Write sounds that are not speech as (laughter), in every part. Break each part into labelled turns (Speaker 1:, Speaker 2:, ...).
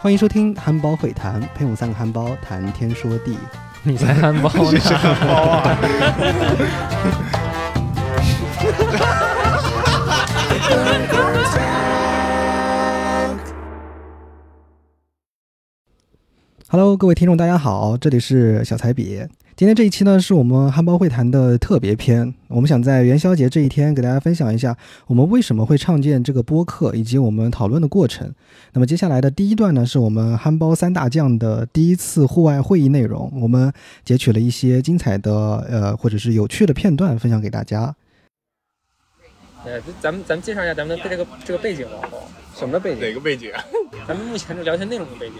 Speaker 1: 欢迎收听《憨包会谈》，陪我们三个憨包谈天说地。
Speaker 2: 你才憨包
Speaker 3: 这
Speaker 2: 呢！
Speaker 3: 是个包啊！
Speaker 1: Hello，各位听众，大家好，这里是小彩笔。今天这一期呢，是我们憨包会谈的特别篇。我们想在元宵节这一天给大家分享一下我们为什么会创建这个播客，以及我们讨论的过程。那么接下来的第一段呢，是我们憨包三大将的第一次户外会议内容。我们截取了一些精彩的呃，或者是有趣的片段，分享给大家。
Speaker 2: 呃， (laughs) 咱们咱们介绍一下咱们的这个这个背景吧，什么的背
Speaker 3: 哪
Speaker 2: 景？
Speaker 3: 个背景？啊
Speaker 2: (laughs) 咱们目前的聊天内容的背景。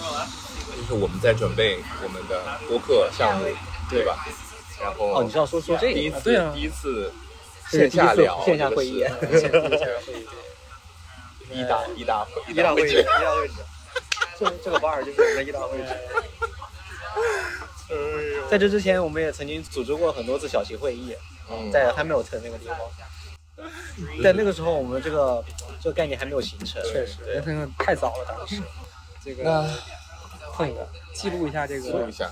Speaker 3: 就是我们在准备我们的播客项目，对吧？然后
Speaker 4: 哦，你是要说说这个？
Speaker 3: 第一次
Speaker 2: 对啊
Speaker 3: 第一次
Speaker 4: 这
Speaker 3: 线
Speaker 4: 是第一
Speaker 3: 下
Speaker 4: 次
Speaker 3: 聊
Speaker 4: 线下会议， (laughs)
Speaker 3: 这个是一大一大会
Speaker 4: 一大会议，
Speaker 3: 议
Speaker 4: 一，大会议，这这个 bar 就是我们的一大会议。在这之前，我们也曾经组织过很多次小型会议，
Speaker 3: 嗯
Speaker 4: 在 Hamilton 那个地方。在那个时候，我们这个这个概念还没有形成。
Speaker 2: 确实，那真的太早了，当时。这个
Speaker 3: 那
Speaker 2: 碰一个，记录一下这
Speaker 3: 记录
Speaker 2: 个
Speaker 3: 一下，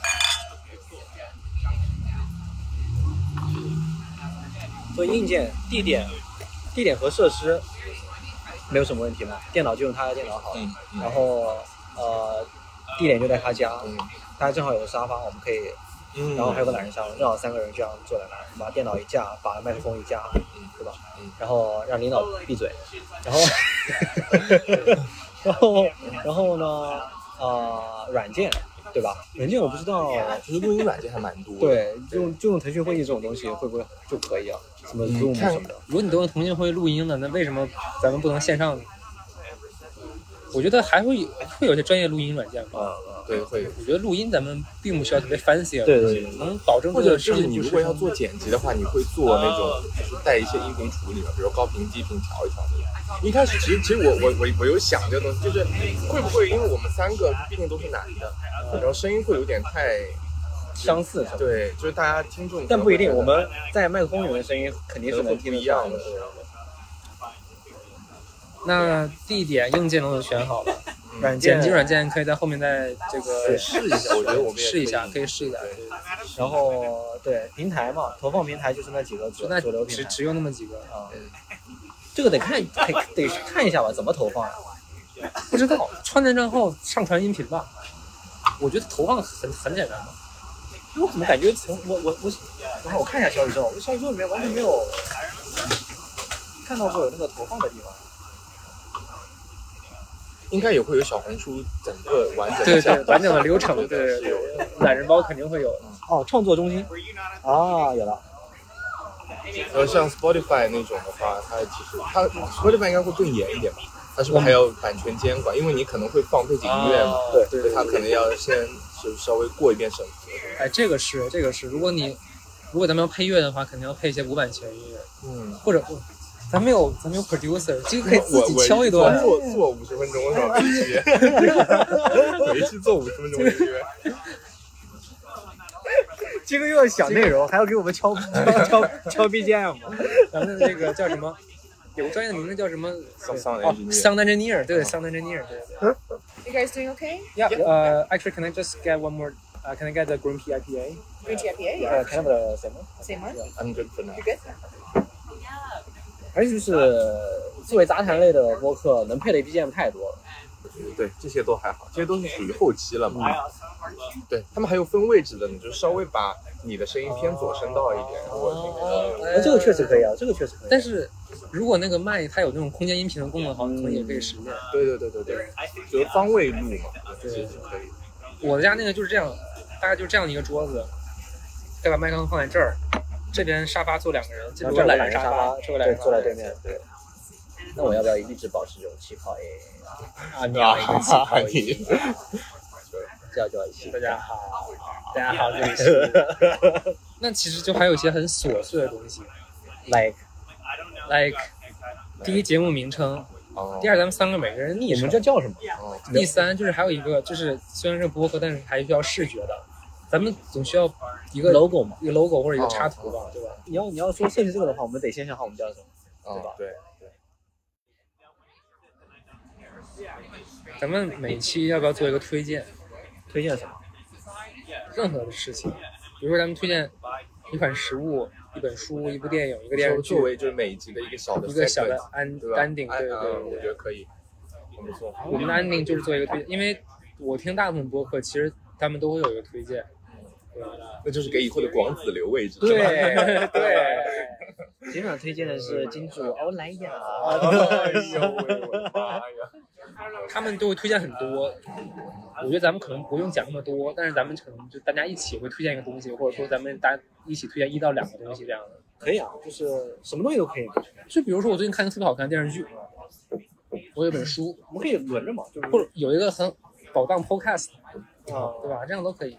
Speaker 4: 所以硬件、地点、地点和设施没有什么问题吧？电脑就用他的电脑好了。
Speaker 3: 嗯，嗯
Speaker 4: 然后呃，地点就在他家，他正好有个沙发，我们可以
Speaker 3: 嗯
Speaker 4: 然后还有个懒人沙发，正好三个人这样坐在那儿，把电脑一架，把麦克风一架，对吧
Speaker 3: 嗯？
Speaker 4: 然后让领导
Speaker 3: (laughs)
Speaker 4: 闭嘴，然后， (laughs) 然后，然后呢？呃，软件，对吧？软件我不知道，
Speaker 3: 其实录音软件还蛮多的，
Speaker 4: 对，用就用腾讯会议这种东西会不会就可以啊？什么 Zoom
Speaker 3: 看
Speaker 4: 什么的？
Speaker 2: 如果你都用腾讯会录音了，那为什么咱们不能线上呢？我觉得还会有会有一些专业录音软件吧。
Speaker 4: 啊、嗯、啊、
Speaker 3: 对会。
Speaker 2: 我觉得录音咱们并不需要特别 fancy 的
Speaker 4: 对
Speaker 2: 东
Speaker 4: 对
Speaker 2: 西
Speaker 4: 对
Speaker 2: 能保证
Speaker 3: 或
Speaker 2: 这
Speaker 3: 者
Speaker 2: 个
Speaker 3: 就
Speaker 2: 声
Speaker 3: 是
Speaker 2: 音
Speaker 3: 你
Speaker 2: 就是
Speaker 3: 如
Speaker 2: 哦
Speaker 3: 果要做剪辑的话，你会做那种就是带一些音频处理嘛，比如高频、低频调一调那种。一开始其实其实我我我我有想这个东西，就是会不会因为我们三个毕竟都是男的，然后声音会有点太
Speaker 4: 相似什么的？
Speaker 3: 对，就是大家听众可能会觉得，
Speaker 4: 但不一定，我们在麦克风里面的声音肯
Speaker 3: 也
Speaker 4: 定是
Speaker 3: 是
Speaker 4: 能
Speaker 3: 能
Speaker 4: 听
Speaker 3: 听
Speaker 4: 得
Speaker 3: 得
Speaker 4: 出
Speaker 3: 出来
Speaker 4: 来的。
Speaker 2: 那地点硬件都选好了，
Speaker 4: 软件
Speaker 2: 剪辑软件可以在后面再这个
Speaker 3: 嗯试一下，我觉得我们也
Speaker 2: 试一下，可
Speaker 3: 以
Speaker 2: 以试一下。
Speaker 3: 对
Speaker 4: 然后对平台嘛，投放平台就是那几个主
Speaker 2: 就那
Speaker 4: 主流
Speaker 2: 只
Speaker 4: 平台
Speaker 2: 只用那么几个，
Speaker 4: 啊。这个得看，得得看一下吧，怎么投放啊呀、
Speaker 2: 不知道创建账号上传音频吧。我觉得投放很很简单嘛，
Speaker 4: 因为我怎么感觉从我我我，等会儿我看一下小宇宙，我小宇宙里面完全没有看到过有那个投放的地方。
Speaker 3: 应该也会有小红书整个完整
Speaker 2: 对
Speaker 3: 的项
Speaker 2: 对
Speaker 3: 目，，
Speaker 2: 完整的流程，对
Speaker 3: 对
Speaker 2: 对
Speaker 3: 对
Speaker 2: 对，懒人包肯定会有的。
Speaker 4: 哦，创作中心啊，有了，
Speaker 3: 然后呃像 Spotify 那种的话，它其实它 Spotify 应该会更严一点吧，它是不是还有版权监管？因为你可能会放背景音乐嘛，
Speaker 2: 哦对
Speaker 3: 所以它可能要先是稍微过一遍审核。
Speaker 2: 哎，这个是这个是，如果你如果咱们要配乐的话，肯定要配一些无版权音乐，
Speaker 3: 嗯，
Speaker 2: 或者咱们有咱们有 producer，这个可以自
Speaker 3: 我
Speaker 2: 己
Speaker 3: 我
Speaker 2: 敲一段。
Speaker 3: 做做五十分钟是吧？每
Speaker 2: (laughs)
Speaker 3: 一期，我一期做五十分钟的音乐，
Speaker 4: 这个又要想内容，还要给我们敲敲敲敲 BGM
Speaker 2: 咱们这个叫什么？有个专业的名字叫什么
Speaker 3: 上上
Speaker 2: 哦
Speaker 3: engineer
Speaker 2: ，sound engineer，对，sound engineer，对对对。
Speaker 5: You guys doing okay?
Speaker 2: Yeah, uh, actually, can I just get one more? Uh, can I get the green tea IPA?
Speaker 5: Green tea IPA? Yeah.
Speaker 4: 呃，看不到什么，
Speaker 5: Same one?
Speaker 3: I'm good for now.
Speaker 5: You good?
Speaker 4: 而且就是作为杂谈类的播客，能配的 BGM 太多了。
Speaker 3: 对，这些都还好，这些都是属于后期了嘛。对他们还有分位置的，你就稍微把你的声音偏左伸到一点，
Speaker 2: 哦
Speaker 3: 我那个
Speaker 4: 呃这个确实可以啊，这个确实可以。
Speaker 2: 但是如果那个麦它有那种空间音频的功能，好像可能也可以实现。
Speaker 3: 对对对对对，就是方位录嘛，其实是可以的。
Speaker 2: 我家那个就是这样，大概就是这样一个桌子，再把麦克风放在这儿，这边沙发坐两个人，这边
Speaker 4: 然后
Speaker 2: 有
Speaker 4: 这
Speaker 2: 懒
Speaker 4: 懒
Speaker 2: 人
Speaker 4: 人
Speaker 2: 沙
Speaker 4: 沙
Speaker 2: 发
Speaker 4: 发，，
Speaker 2: 这边有懒人沙发
Speaker 4: 坐在对面。对。那我要不要一直保持这种气泡？哎，啊，你要一个气
Speaker 3: 啊
Speaker 4: 泡，
Speaker 3: 你
Speaker 4: 叫叫一起。
Speaker 2: 大家好，大家好，这里是。那其实就还有一些很琐碎的东西
Speaker 4: 来，
Speaker 2: ，like 第一节目名称，
Speaker 3: 哦
Speaker 2: 第二咱们三个每个人昵
Speaker 4: 你
Speaker 2: 称
Speaker 4: 们，这叫什么？
Speaker 3: 哦，
Speaker 2: 第三就是还有一个就是虽然是播客，但是还需要视觉的，咱们总需要一个
Speaker 4: logo 嘛。
Speaker 2: 一个 logo 或者一个插图
Speaker 4: 哦
Speaker 2: 吧，对吧？
Speaker 4: 你要你要说设计这个的话，我们得先想
Speaker 3: 哦
Speaker 4: 好我们叫什么。
Speaker 3: 哦对。
Speaker 2: 咱们每期要不要做一个推荐？
Speaker 4: 推荐什么？
Speaker 2: 任何的事情，比如说咱们推荐一款食物、一本书、一部电影、一个电视剧
Speaker 3: 作，为就是每一集的一个小的
Speaker 2: 一个小的
Speaker 3: segment，
Speaker 2: 安
Speaker 3: 对吧
Speaker 2: 安定，
Speaker 3: 啊
Speaker 2: 对对
Speaker 3: 啊
Speaker 2: 对
Speaker 3: 我觉得可以，很不错。
Speaker 2: 我们的安定就是做一个推荐，因为我听大部分播客，其实他们都会有一个推荐。
Speaker 3: 那就是给以后的广子留位置，是吧？
Speaker 2: 对对，
Speaker 4: 今晚推荐的是金主欧莱雅。啊
Speaker 3: 哎呦喂，我的妈呀！
Speaker 2: (laughs) 他们都会推荐很多。我觉得咱们可能不用讲那么多，但是咱们可能就大家一起会推荐一个东西，或者说咱们大家一起推荐一到两个东西这样的。
Speaker 4: 可以啊，就是什么东西都可以嘛，
Speaker 2: 就比如说我最近看一个特别好看的电视剧，我有本书，
Speaker 4: 我们可以轮着嘛，就是
Speaker 2: 或者有一个很宝藏 podcast，
Speaker 4: 啊，
Speaker 2: 对吧？这样都可以。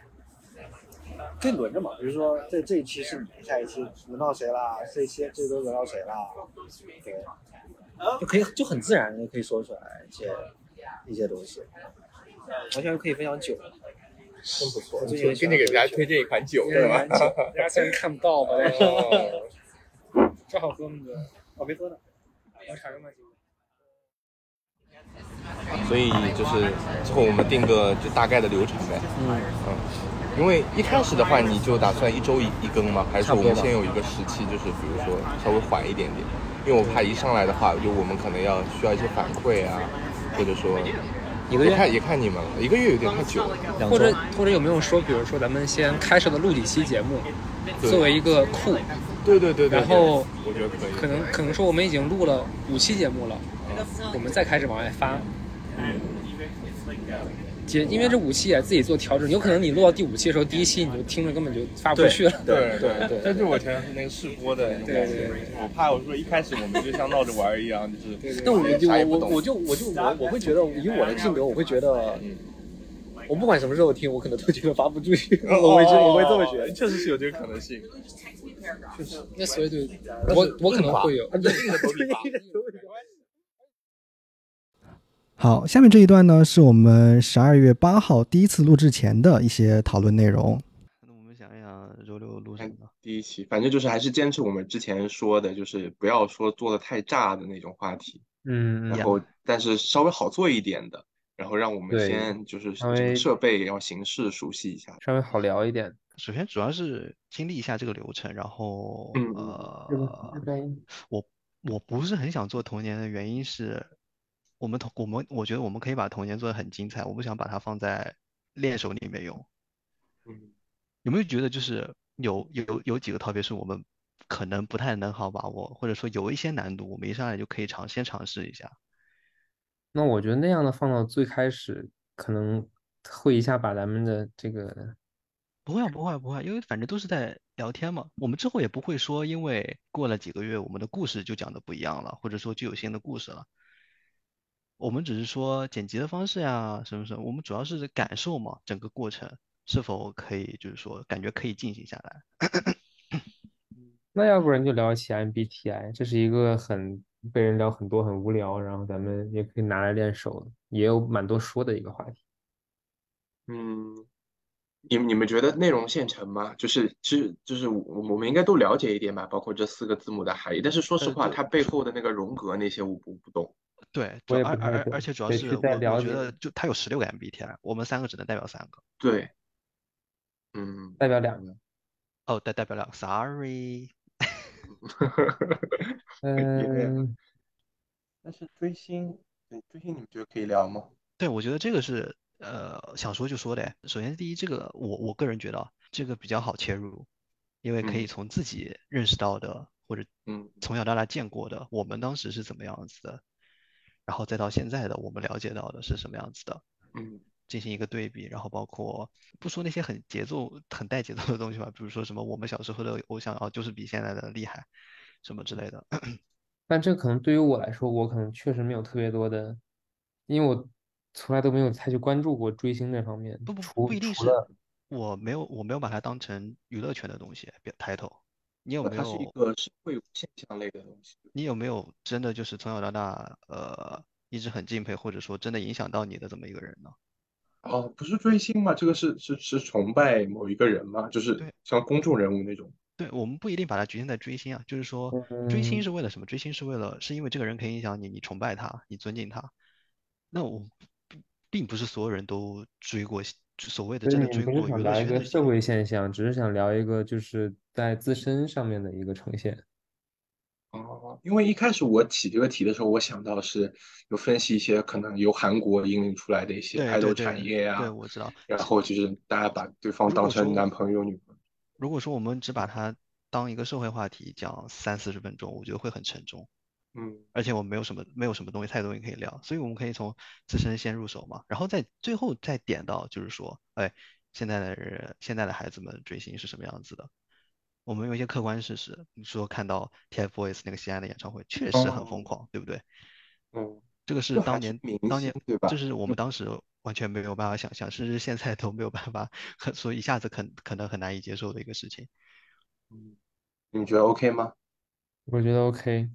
Speaker 4: 可以轮着嘛，比如说这这一期是你，下一期轮到谁啦，这一期这周轮到谁啦，对，就可以就很自然的可以说出来一些一些东西，完全可以分享久。
Speaker 3: 真不错，
Speaker 4: 我最近也喜
Speaker 3: 跟
Speaker 4: 欢
Speaker 3: 你给大家推荐一款酒，
Speaker 2: 因
Speaker 3: 是
Speaker 2: 为
Speaker 3: 吧
Speaker 2: 蛮？紧
Speaker 3: 啊
Speaker 2: 大家虽然看不到吧，但是
Speaker 3: 哦
Speaker 2: 正好喝那个，
Speaker 4: 我没喝呢。
Speaker 3: 啊
Speaker 2: 我查个麦酒。
Speaker 3: 所以就是之后我们定个就大概的流程呗。嗯因为一开始的话，你就打算一周一一更吗？还是说我们先有一个时期，就是比如说稍微缓一点点？因为我怕一上来的话，就我们可能要需要一些反馈啊，或者说
Speaker 4: 一个月
Speaker 3: 也看也看你们了，一个月有点太久了。
Speaker 4: 两
Speaker 2: 或者或者有没有说，比如说咱们先开设的录几期节目，
Speaker 3: 对
Speaker 2: 作为一个库，
Speaker 3: 对对对对。
Speaker 2: 然后
Speaker 3: 我觉得可以，
Speaker 2: 可能可能说我们已经录了五期节目了，我们再开始往外发。姐，因为这五期也自己做调整，有可能你录到第五期的时候，第一期你就听着根本就发不出去了。
Speaker 3: 对对对，这就是我前两天那个试播的那种感觉，我怕我说一开始我们就像闹着玩儿一样，就是哎
Speaker 4: 那我就
Speaker 3: 啥也
Speaker 4: 我
Speaker 3: 不
Speaker 4: 我
Speaker 3: 懂
Speaker 4: 我就我就我我会觉得，以我的性格，我会觉得，我不管什么时候听，我可能都觉得发不出去，我会觉得我会这么觉得。
Speaker 3: 哦确实是有这个可能性。
Speaker 2: 那所以就我我可能会有，
Speaker 4: (laughs)
Speaker 1: 好，下面这一段呢，是我们十二月八号第一次录制前的一些讨论内容。
Speaker 6: 那我们想一想，周六录什
Speaker 7: 哎
Speaker 3: 嗯
Speaker 6: 么？
Speaker 3: 第一期，反正就是还是坚持我们之前说的，就是不要说做的太炸的那种话题，
Speaker 2: 嗯
Speaker 3: 然后但是稍微好做一点的，然后让我们
Speaker 2: 对
Speaker 3: 先就是
Speaker 2: 稍
Speaker 3: 整
Speaker 2: 微
Speaker 3: 个设备然后形式熟悉一下。
Speaker 2: 稍微好聊一点。
Speaker 6: 首先主要是经历一下这个流程，然后
Speaker 3: 嗯
Speaker 6: 呃，我我不是很想做童年的原因是，我们童我们我觉得我们可以把童年做得很精彩，我不想把它放在练手里面用。
Speaker 3: 嗯，
Speaker 6: 有没有觉得就是有有有几个套别是我们可能不太能好把握，或者说有一些难度，我们一上来就可以尝先尝试一下。
Speaker 2: 那我觉得那样的放到最开始，可能会一下把咱们的这个
Speaker 6: 不会啊，不会啊，不会啊，因为反正都是在聊天嘛。我们之后也不会说，因为过了几个月，我们的故事就讲的不一样了，或者说就有新的故事了。我们只是说剪辑的方式呀，什么什么，我们主要是感受嘛，整个过程是否可以，就是说感觉可以进行下来。
Speaker 2: 那要不然就聊起 MBTI，这是一个很被人聊很多、很无聊，然后咱们也可以拿来练手的，也有蛮多说的一个话题。
Speaker 3: 嗯，你们你们觉得内容现成吗？就是其实就是我我们应该都了解一点吧，包括这四个字母的含义。但是说实
Speaker 6: 呃
Speaker 3: 话，
Speaker 6: 对
Speaker 3: 它背后的那个荣格那些我不不懂。
Speaker 6: 对，主
Speaker 2: 我也
Speaker 6: 而
Speaker 2: 不太
Speaker 6: 而
Speaker 2: 懂
Speaker 6: 而且主要
Speaker 2: 得
Speaker 6: 是
Speaker 2: 是
Speaker 6: 我
Speaker 2: 在
Speaker 6: 我
Speaker 2: 了
Speaker 6: 觉
Speaker 2: 解
Speaker 6: 得就它有十六个 MBTI，我啊们三个只能代表三个。
Speaker 3: 对，嗯，
Speaker 2: 代表
Speaker 3: (laughs)
Speaker 2: 两个，
Speaker 6: 哦，代代表两个，sorry。呃啊
Speaker 2: 嗯，
Speaker 3: 但是追星，对追星，你们觉得可以聊吗？
Speaker 6: 对，我觉得这个是呃想说就说的。首先，第一，这个我我个人觉得啊这个比较好切入，因为可以
Speaker 3: 嗯
Speaker 6: 从自己认识到的或者
Speaker 3: 嗯
Speaker 6: 从小到大见过的，我们当时是怎么样子的，然后再到现在的我们了解到的是什么样子的，
Speaker 3: 嗯
Speaker 6: 进行一个对比。然后包括不说那些很节奏很带节奏的东西吧，比如说什么我们小时候的偶像哦，就是比现在的厉害，什么之类的。
Speaker 2: 但这可能对于我来说，我可能确实没有特别多的，因为我从来都没有太去关注过追星这方面，
Speaker 6: 不不
Speaker 2: 除
Speaker 6: 不一定
Speaker 2: 除
Speaker 6: 是
Speaker 2: 了，
Speaker 6: 我没有我没有把它当成娱乐圈的东西表 title。你有没
Speaker 3: 它是一
Speaker 6: 有？
Speaker 3: 个社会现象类的东西。
Speaker 6: 你有没有真的就是从小到大，呃，一直很敬佩，或者说真的影响到你的这么一个人呢？
Speaker 3: 哦，不是追星吗？这个是是是崇拜某一个人吗？就是
Speaker 6: 对
Speaker 3: 像公众人物那种。
Speaker 6: 对，我们不一定把它局限在追星啊，就是说，追
Speaker 2: 嗯
Speaker 6: 星是为了什么？追星是为了，是因为这个人可以影响你，你崇拜他，你尊敬他。那我不并不是所有人都追过所谓的
Speaker 2: 所
Speaker 6: 真
Speaker 2: 以
Speaker 6: 的
Speaker 2: 你
Speaker 6: 追
Speaker 2: 不是
Speaker 6: 过
Speaker 2: 想
Speaker 6: 娱乐
Speaker 2: 聊一
Speaker 6: 圈
Speaker 2: 个
Speaker 6: 的
Speaker 2: 社会现象，只是想聊一个就是在自身上面的一个呈现。
Speaker 3: 哦，因为一开始我起这个题的时候，我想到是有分析一些可能由韩国引领出来的一些
Speaker 6: 对
Speaker 3: 爱
Speaker 6: 对
Speaker 3: 豆
Speaker 6: 对
Speaker 3: 产业
Speaker 2: 啊
Speaker 3: 呀、
Speaker 6: 对，我知道。
Speaker 3: 然后就是大家把对方
Speaker 6: 如
Speaker 3: 当
Speaker 6: 果
Speaker 3: 成
Speaker 6: 说
Speaker 3: 男朋友、女朋友。
Speaker 6: 如果说我们只把它当一个社会话题讲三四十分钟，我觉得会很沉重，
Speaker 3: 嗯，
Speaker 6: 而且我们没有什么没有什么东西太多东西可以聊，所以我们可以从自身先入手嘛，然后再最后再点到就是说，哎，现在的人现在的孩子们追星是什么样子的？我们有一些客观事实，你说看到 TFBOYS 那个西安的演唱会确实很疯
Speaker 3: 哦
Speaker 6: 狂，对不对？
Speaker 3: 嗯，
Speaker 6: 这个是
Speaker 3: 就
Speaker 6: 当
Speaker 3: 还是
Speaker 6: 年
Speaker 3: 明
Speaker 6: 当年
Speaker 3: 星对吧嗯
Speaker 6: 这是我们当时完全没有办法想象，甚至现在都没有办法， (laughs) 很所以一下子可可能很难以接受的一个事情。
Speaker 3: 你觉得 OK 吗？
Speaker 2: 我觉得 OK，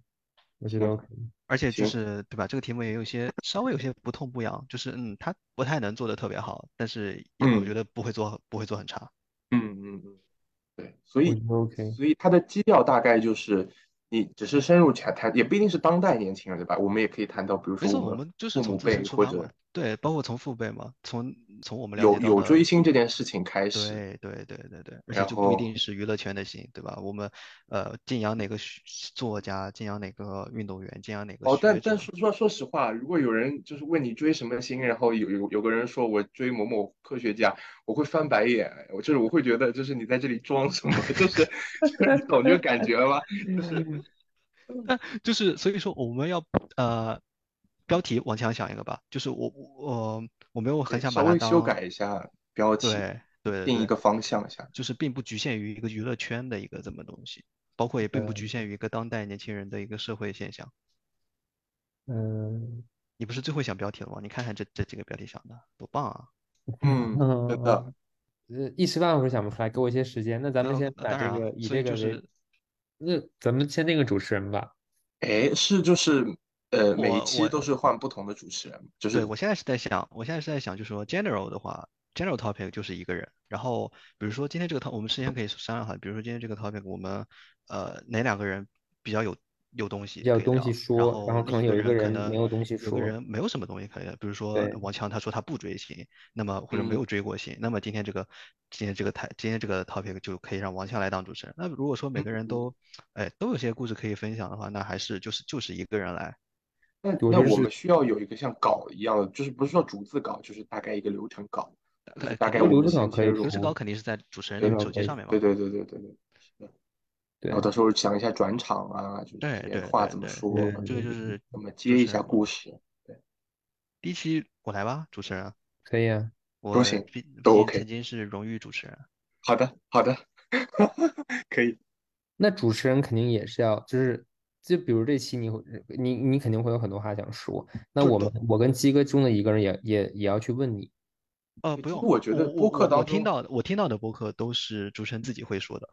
Speaker 2: 我觉得
Speaker 8: 哦
Speaker 3: 嗯
Speaker 2: OK。
Speaker 6: 而且就
Speaker 3: 行
Speaker 6: 是对吧？这个题目也有一些稍微有些不痛不痒，就是嗯，他不太能做的特别好，但是也我
Speaker 3: 嗯
Speaker 6: 觉得不会做不会做很差。
Speaker 3: 嗯嗯嗯，对，所
Speaker 2: 我
Speaker 3: 以
Speaker 2: 觉得 OK
Speaker 3: 所以它的基调大概就是，你只是深入谈谈，也不一定是当代年轻人，对吧？我们也可以谈到，比如
Speaker 6: 没
Speaker 3: 说
Speaker 6: 错，
Speaker 3: 我
Speaker 6: 我
Speaker 3: 们
Speaker 6: 们就是
Speaker 3: 父
Speaker 6: 从
Speaker 3: 母
Speaker 6: 自身
Speaker 3: 辈
Speaker 6: 出
Speaker 3: 或
Speaker 6: 发
Speaker 3: 者
Speaker 6: 嘛，对，包括从父辈嘛，从从我们了
Speaker 3: 有
Speaker 6: 解到
Speaker 3: 有
Speaker 6: 的
Speaker 3: 追星这件事情开始，
Speaker 6: 对对对对对，而且
Speaker 3: 然
Speaker 6: 就不一
Speaker 3: 后
Speaker 6: 定是娱乐圈的星，对吧？我们呃敬仰哪个学作家，敬仰哪个运动员，敬仰哪个
Speaker 3: 哦，但
Speaker 6: 学
Speaker 3: 但
Speaker 6: 者，
Speaker 3: 说说说实话，如果有人就是问你追什么星，然后有有有个人说我追某某科学家，我会翻白眼，我就是我会觉得就是你在这里装什么， (laughs) 就是就是你懂这个感觉吗？
Speaker 6: 但就是所以说我们要呃标题往前想一个吧，就是我我呃我没有很
Speaker 3: 对，
Speaker 6: 想
Speaker 3: 稍
Speaker 6: 把它
Speaker 3: 微修
Speaker 6: 当
Speaker 3: 改一下标题，
Speaker 6: 对对
Speaker 3: 定一
Speaker 6: 对
Speaker 3: 个方向一下。
Speaker 6: 就是并不局限于一个娱乐圈的一个这么东西，包括也并不局限于一个当代年轻人的一个社会现象。
Speaker 2: 嗯
Speaker 6: 你不是最会想标题了吗？你看看这这几个标题想的多棒啊！
Speaker 3: 嗯，真的。
Speaker 2: 嗯，呃，一时半会儿想不出来，给我一些时间。那咱们
Speaker 6: 那
Speaker 2: 先
Speaker 6: 那哦
Speaker 2: 把
Speaker 6: 当
Speaker 2: 这
Speaker 6: 然
Speaker 2: 个
Speaker 6: 了，
Speaker 2: 以
Speaker 6: 所以
Speaker 2: 这
Speaker 6: 就
Speaker 2: 个为，
Speaker 6: 是
Speaker 2: 那咱们先定个主持人吧。
Speaker 3: 哎，是就是，呃，每一
Speaker 6: 我
Speaker 3: 期
Speaker 6: 我
Speaker 3: 都是换不同的主持人，就
Speaker 6: 对
Speaker 3: 是
Speaker 6: 我现在是在想，我现在是在想，就说 general 的话，general topic 就是一个人。然后比如说今天这个 topic，我们事先可以商量好，比如说今天这个 topic，我们呃哪两个人比较有有东西
Speaker 2: 比较
Speaker 6: 可以
Speaker 2: 东西
Speaker 6: 聊，然
Speaker 2: 说，然
Speaker 6: 后
Speaker 2: 后可
Speaker 6: 另
Speaker 2: 能
Speaker 6: 一个
Speaker 2: 有一个
Speaker 6: 人可
Speaker 2: 人没
Speaker 6: 能
Speaker 2: 有东西
Speaker 6: 有个
Speaker 2: 说。
Speaker 6: 人没有什么东西可以聊，比如说
Speaker 2: 对，
Speaker 6: 王强他说他不追星，那么或者没有
Speaker 3: 嗯
Speaker 6: 追过星，那么今天这个今天这个台今天这个 topic 就可以让王强来当主持人。那如果说每个人
Speaker 3: 嗯。
Speaker 6: 都哎都有些故事可以分享的话，那还是就是就是一个人来。
Speaker 3: 那
Speaker 2: 我
Speaker 3: 那
Speaker 2: 觉得
Speaker 3: 我
Speaker 2: 是
Speaker 3: 们需要有一个像稿一样的，就是不是说逐字稿，就是大概一个流程稿，就是
Speaker 6: 呃，
Speaker 3: 大
Speaker 6: 肯
Speaker 3: 概
Speaker 6: 定
Speaker 2: 那留
Speaker 3: 我们
Speaker 2: 着稿
Speaker 3: 先
Speaker 2: 可
Speaker 3: 先
Speaker 2: 以
Speaker 6: 流
Speaker 3: 入
Speaker 6: 程
Speaker 2: 出，
Speaker 6: 稿肯定是在主持人
Speaker 2: 留
Speaker 6: 那个
Speaker 2: 着
Speaker 6: 手
Speaker 2: 稿可
Speaker 6: 机
Speaker 2: 以
Speaker 6: 上
Speaker 2: 出。
Speaker 6: 面嘛。
Speaker 3: 对对对对对对，是的。
Speaker 2: 对
Speaker 3: 然后到时候想一下转场啊，就是
Speaker 6: 对
Speaker 3: 这
Speaker 6: 对
Speaker 3: 些话
Speaker 6: 对
Speaker 3: 怎么
Speaker 6: 对
Speaker 3: 说，
Speaker 6: 对，
Speaker 2: 对
Speaker 6: 这个
Speaker 2: 对
Speaker 6: 就
Speaker 2: 对，
Speaker 6: 是
Speaker 3: 怎么
Speaker 6: 主
Speaker 3: 接一
Speaker 6: 持
Speaker 3: 下
Speaker 6: 人嘛。
Speaker 3: 故事，
Speaker 6: 第一期我来吧，主持人，
Speaker 2: 可以啊。
Speaker 6: 我
Speaker 3: 都行，
Speaker 6: 毕毕
Speaker 3: 都
Speaker 6: 竟
Speaker 3: OK。
Speaker 6: 曾经是荣誉主持人，
Speaker 3: 好的，好的，可以。
Speaker 2: 那主持人肯定也是要，就是就比如这期你会，你你肯定会有很多话想说。那
Speaker 6: 就
Speaker 2: 我们
Speaker 6: 都
Speaker 2: 我跟鸡哥中的一个人也也也要去问你。
Speaker 6: 呃不
Speaker 3: 其实
Speaker 6: 用，
Speaker 3: 我觉
Speaker 6: 我
Speaker 3: 得
Speaker 6: 我
Speaker 3: 播客
Speaker 6: 我我
Speaker 3: 当
Speaker 6: 听
Speaker 3: 中，
Speaker 6: 到的我听到的播客都是主持人自己会说的，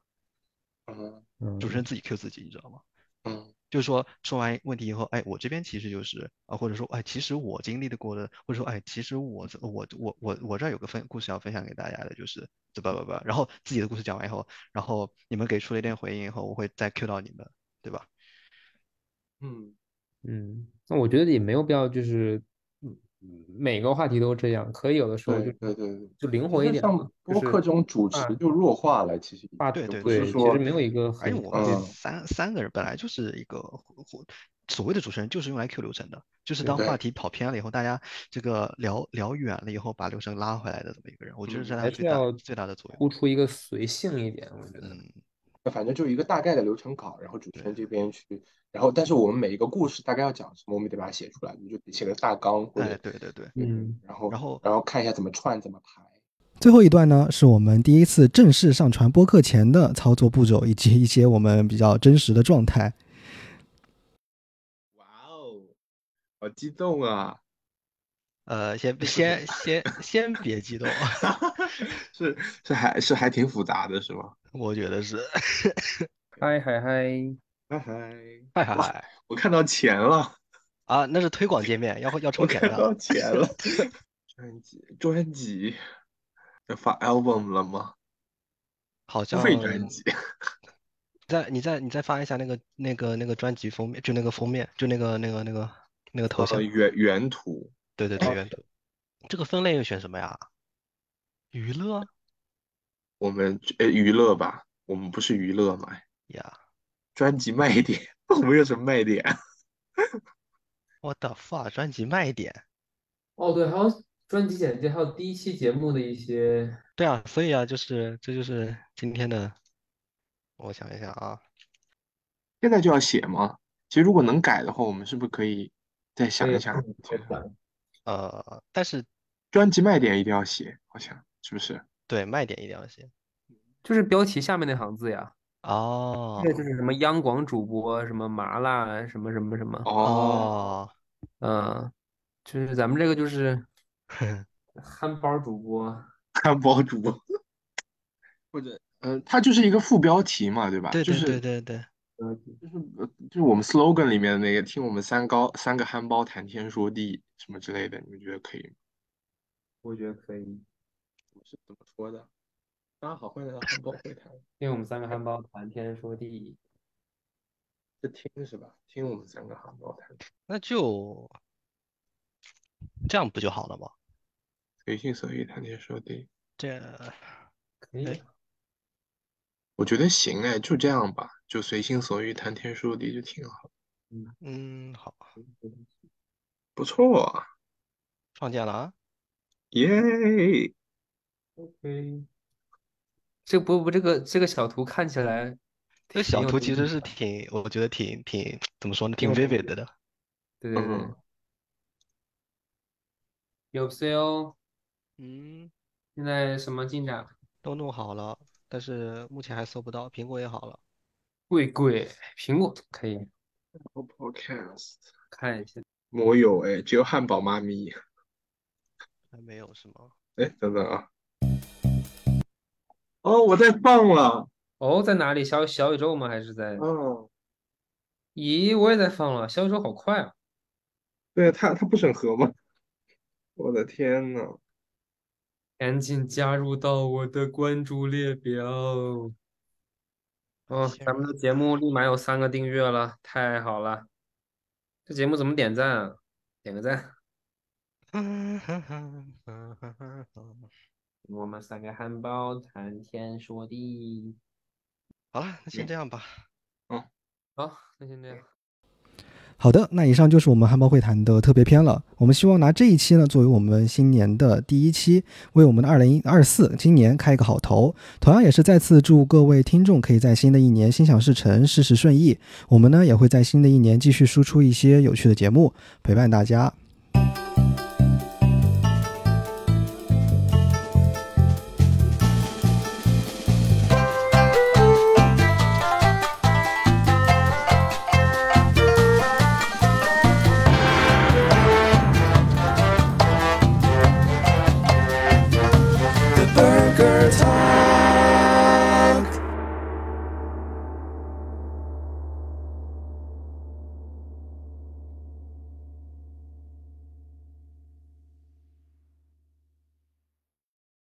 Speaker 3: 嗯
Speaker 6: 主持
Speaker 2: 嗯
Speaker 6: 人自己 Q 自己，你知道吗？
Speaker 3: 嗯
Speaker 6: 就是说说完问题以后，哎，我这边其实就是啊，或者说哎，其实我经历的过的，或者说哎，其实我这我我我我这儿有个分故事要分享给大家的，就是这吧吧吧，然后自己的故事讲完以后，然后你们给出了一点回应以后，我会再 Q 到你们，对吧？
Speaker 3: 嗯，
Speaker 2: 嗯，那我觉得也没有必要，就是嗯每个话题都这样，可以有的时候就
Speaker 3: 对对对对。
Speaker 2: 就灵
Speaker 3: 其
Speaker 2: 活一
Speaker 3: 实
Speaker 2: 点嘛，
Speaker 3: 像
Speaker 2: 就
Speaker 3: 播客
Speaker 2: 是
Speaker 3: 中主持
Speaker 2: 话
Speaker 3: 就弱化了，其实已
Speaker 2: 话
Speaker 3: 经
Speaker 6: 对
Speaker 3: 就
Speaker 6: 对
Speaker 3: 不是
Speaker 2: 对，其实
Speaker 3: 说，
Speaker 2: 没有一个
Speaker 6: 而且
Speaker 2: 很
Speaker 6: 哎我
Speaker 2: 很
Speaker 6: 们这
Speaker 3: 嗯，
Speaker 6: 三三个人本来就是一个互互所谓的主持人，就是用来 Q 流程的，就是
Speaker 2: 对
Speaker 6: 当话
Speaker 3: 对，
Speaker 6: 题跑偏了以后，大家这个聊聊远了以后，把流程拉回来的这么一个人，我觉得
Speaker 3: 嗯。
Speaker 6: 是他
Speaker 2: 还
Speaker 6: 最
Speaker 2: 是
Speaker 6: 大
Speaker 2: 要
Speaker 6: 最大的作用。
Speaker 2: 突出一个随性一点，我觉得。
Speaker 6: 嗯，
Speaker 3: 反正就一个大概的流程稿，然后主持
Speaker 6: 对
Speaker 3: 人这边去，然后但是我们每一个故事大概要讲什么，我们得把它写出来，你就得写个大纲或
Speaker 6: 哎，
Speaker 3: 者
Speaker 6: 对对对，
Speaker 3: 对对，
Speaker 2: 嗯，
Speaker 3: 然后
Speaker 6: 然后。
Speaker 3: 然后看一下怎么串怎么排。
Speaker 1: 最后一段呢，是我们第一次正式上传播客前的操作步骤，以及一些我们比较真实的状态。
Speaker 3: 哇哦，好激动啊！
Speaker 6: 呃，先先先先别激动， (laughs)
Speaker 3: 是是还是还挺复杂的，是吗？
Speaker 6: 我觉
Speaker 2: (laughs)
Speaker 6: 得是，
Speaker 2: 嗨嗨嗨，
Speaker 3: 嗨嗨，
Speaker 6: 嗨嗨
Speaker 3: 哇，
Speaker 6: 嗨
Speaker 3: 我看到钱了，
Speaker 6: 啊，那是推广界面，要要
Speaker 3: 我
Speaker 6: 抽钱
Speaker 3: 看
Speaker 6: 的，
Speaker 2: (laughs)
Speaker 3: 到钱了，专辑专辑要发 album 了吗？
Speaker 6: 好
Speaker 3: 付
Speaker 6: 像
Speaker 3: 费专辑，
Speaker 6: 在你再你再发一下那个那个那个专辑封
Speaker 7: 哦
Speaker 6: 面，就那个封面，就那个那个那个那个头
Speaker 3: 呃，
Speaker 6: 像，
Speaker 3: 原原图。
Speaker 6: 对对对，原图，
Speaker 7: 这个分类又选什么呀？娱乐
Speaker 3: 我们呃娱乐吧，我们不是娱乐嘛，
Speaker 7: 呀
Speaker 3: 专辑卖点， (laughs) 我们有什么卖点？
Speaker 7: ，What the fuck，专辑卖点。
Speaker 8: 哦，对，还有专辑简介，还有第一期节目的一些，
Speaker 7: 对啊，所以啊，就是这就是今天的，我想一下啊，
Speaker 3: 现在就要写吗？其实如果能改的话，我们是不是可以再想
Speaker 8: 对
Speaker 3: 一想？
Speaker 7: 呃，但是
Speaker 3: 专辑卖点一定要写，好像是不是？
Speaker 7: 对卖点一定要写。
Speaker 8: 就是标题下面那行字呀，
Speaker 7: 哦
Speaker 8: 这个就是什么央广主播，什么麻辣，什么什么什么，
Speaker 3: 哦，
Speaker 7: 哦，
Speaker 8: 嗯，就是咱们这个就是憨包主播，
Speaker 3: 汉堡主播， (laughs) 或者呃，它就是一个副标题嘛，对吧？
Speaker 7: (laughs) 对
Speaker 3: 就
Speaker 7: 对
Speaker 3: 是
Speaker 7: 对对对，
Speaker 8: 呃，
Speaker 3: 就是呃就是我们 slogan 里面的那个，听我们三高三个憨包谈天说地什么之类的，你们觉得可以吗？
Speaker 8: 我觉得可以，因
Speaker 3: 我是怎么说的？大家好，欢迎来到憨包会谈。
Speaker 8: 为我们三个憨包谈天说地，
Speaker 3: 是听是吧？听我们三个憨包谈，
Speaker 7: 那就这样不就好了吗？
Speaker 3: 随心所欲谈天说地。
Speaker 7: 这
Speaker 8: 可以
Speaker 7: 哎
Speaker 8: 啊，
Speaker 3: 我觉得行哎，就这样吧，就随心所欲谈天说地就挺好，
Speaker 7: 嗯好，
Speaker 3: 不错啊，
Speaker 7: 创建了啊。
Speaker 3: 耶！
Speaker 8: ，OK，这不不这个这个小图看起来
Speaker 7: 这个
Speaker 8: 挺
Speaker 7: 小
Speaker 8: 有
Speaker 7: 图
Speaker 8: 意
Speaker 7: 其
Speaker 8: 思
Speaker 7: 实是挺，我觉得挺挺怎么说呢，
Speaker 8: 挺
Speaker 7: 挺
Speaker 8: 有
Speaker 7: vivid 的。
Speaker 8: 对对对
Speaker 3: 嗯，
Speaker 8: 有 CEO
Speaker 7: 嗯，
Speaker 8: 现在什么进展？
Speaker 7: 都弄好了，但是目前还搜不到，苹果也好了。
Speaker 8: 贵贵，苹果可以
Speaker 3: Apple Podcast
Speaker 8: 看一下。
Speaker 3: 没有哎，只有汉堡妈咪。
Speaker 7: 还没有是吗？
Speaker 3: 哎，等等啊！哦，我在放了。
Speaker 8: 哦，在哪里？小小宇宙吗？还是在？
Speaker 3: 嗯，
Speaker 8: 哦咦，我也在放了，小宇宙好快啊！
Speaker 3: 对，他他不审核吗？我的天呐，
Speaker 8: 赶紧加入到我的关注列表。哦，咱们的节目立马有三个订阅了，太好了！这节目怎么点赞啊？点个赞。我们三个憨包谈天说地。
Speaker 7: (laughs) 好了，那先
Speaker 3: 嗯
Speaker 7: 这样吧。
Speaker 8: 好，那先这样。
Speaker 6: 好的，那以上就是我们汉堡会谈的特别篇了。我们希望拿这一期呢，作为我们新年的第一期，为我们的二零二四今年开一个好头。同样也是再次祝各位听众可以在新的一年心想事成，事事顺意。我们呢也会在新的一年继续输出一些有趣的节目，陪伴大家。